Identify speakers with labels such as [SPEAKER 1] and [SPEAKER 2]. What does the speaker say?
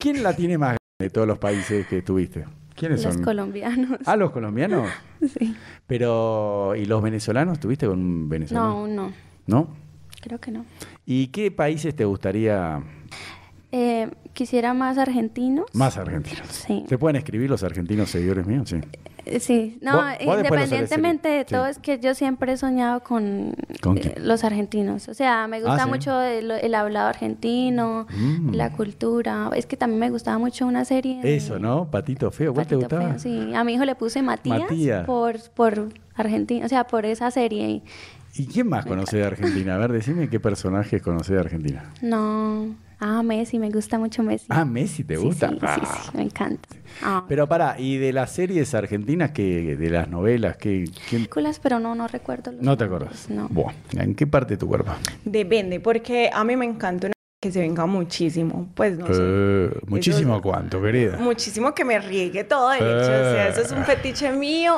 [SPEAKER 1] ¿Quién la tiene más grande de todos los países que estuviste? ¿Quiénes
[SPEAKER 2] Los
[SPEAKER 1] son?
[SPEAKER 2] colombianos.
[SPEAKER 1] Ah, los colombianos.
[SPEAKER 2] Sí.
[SPEAKER 1] Pero, ¿y los venezolanos? ¿Estuviste con un
[SPEAKER 2] No,
[SPEAKER 1] venezolano?
[SPEAKER 2] aún no.
[SPEAKER 1] ¿No?
[SPEAKER 2] Creo que no.
[SPEAKER 1] ¿Y qué países te gustaría
[SPEAKER 2] Eh, quisiera más argentinos.
[SPEAKER 1] más argentinos?
[SPEAKER 2] Sí.
[SPEAKER 1] ¿Te pueden escribir los argentinos seguidores míos? Sí.
[SPEAKER 2] Eh, Sí, no,
[SPEAKER 1] Vos- vos después lo solés
[SPEAKER 2] independientemente
[SPEAKER 1] seguir.
[SPEAKER 2] de todo,
[SPEAKER 1] Sí.
[SPEAKER 2] es que yo siempre he soñado con,
[SPEAKER 1] ¿Con
[SPEAKER 2] eh,
[SPEAKER 1] quién?
[SPEAKER 2] los argentinos. O sea, me gusta
[SPEAKER 1] Ah, ¿sí?
[SPEAKER 2] mucho el, el hablado argentino,
[SPEAKER 1] Mm.
[SPEAKER 2] la cultura. Es que también me gustaba mucho una serie. de
[SPEAKER 1] Eso, ¿no? Patito Feo. ¿Cuál te
[SPEAKER 2] Patito
[SPEAKER 1] gustaba?
[SPEAKER 2] Feo, sí, a mi hijo le puse Matías,
[SPEAKER 1] Matías.
[SPEAKER 2] por por Argentina, o sea, por esa serie.
[SPEAKER 1] ¿Y quién más conoce de Argentina? A ver, decime qué personajes conoce de Argentina.
[SPEAKER 2] No, ah, Messi, me gusta mucho Messi.
[SPEAKER 1] Ah, Messi, ¿te
[SPEAKER 2] Sí,
[SPEAKER 1] gusta?
[SPEAKER 2] Sí, sí,
[SPEAKER 1] Ah.
[SPEAKER 2] sí, me encanta. Ah,
[SPEAKER 1] Pero pará, ¿y de las series argentinas, que, de las novelas? Que, ¿quién?
[SPEAKER 2] Ah, películas, pero no, no recuerdo. los
[SPEAKER 1] ¿No te
[SPEAKER 2] nombres,
[SPEAKER 1] acuerdas?
[SPEAKER 2] No.
[SPEAKER 1] Buah, ¿En qué parte de tu cuerpo?
[SPEAKER 3] Depende, porque a mí me encanta una que se venga muchísimo. Pues no sé.
[SPEAKER 1] Eh, muchísimo cuánto, querida.
[SPEAKER 3] Muchísimo que me riegue todo el hecho. O sea, eso es un fetiche mío.